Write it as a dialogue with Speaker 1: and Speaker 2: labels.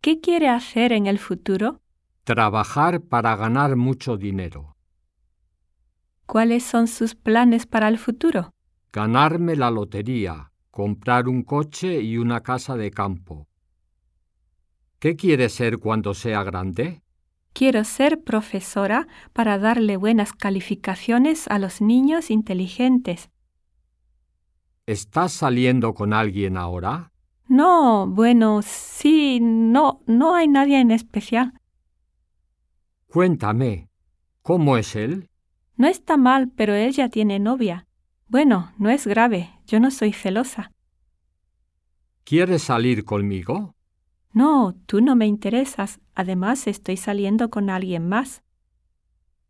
Speaker 1: ¿Qué quiere hacer en el futuro?
Speaker 2: Trabajar para ganar mucho dinero.
Speaker 1: ¿Cuáles son sus planes para el futuro?
Speaker 2: Ganarme la lotería. Comprar un coche y una casa de campo. ¿Qué quiere ser cuando sea grande?
Speaker 1: Quiero ser profesora para darle buenas calificaciones a los niños inteligentes.
Speaker 2: ¿Estás saliendo con alguien ahora?
Speaker 1: No, bueno, sí, no, no hay nadie en especial.
Speaker 2: Cuéntame, ¿cómo es él?
Speaker 1: No está mal, pero él ya tiene novia. Bueno, no es grave, yo no soy celosa.
Speaker 2: ¿Quieres salir conmigo?
Speaker 1: No, tú no me interesas. Además, estoy saliendo con alguien más.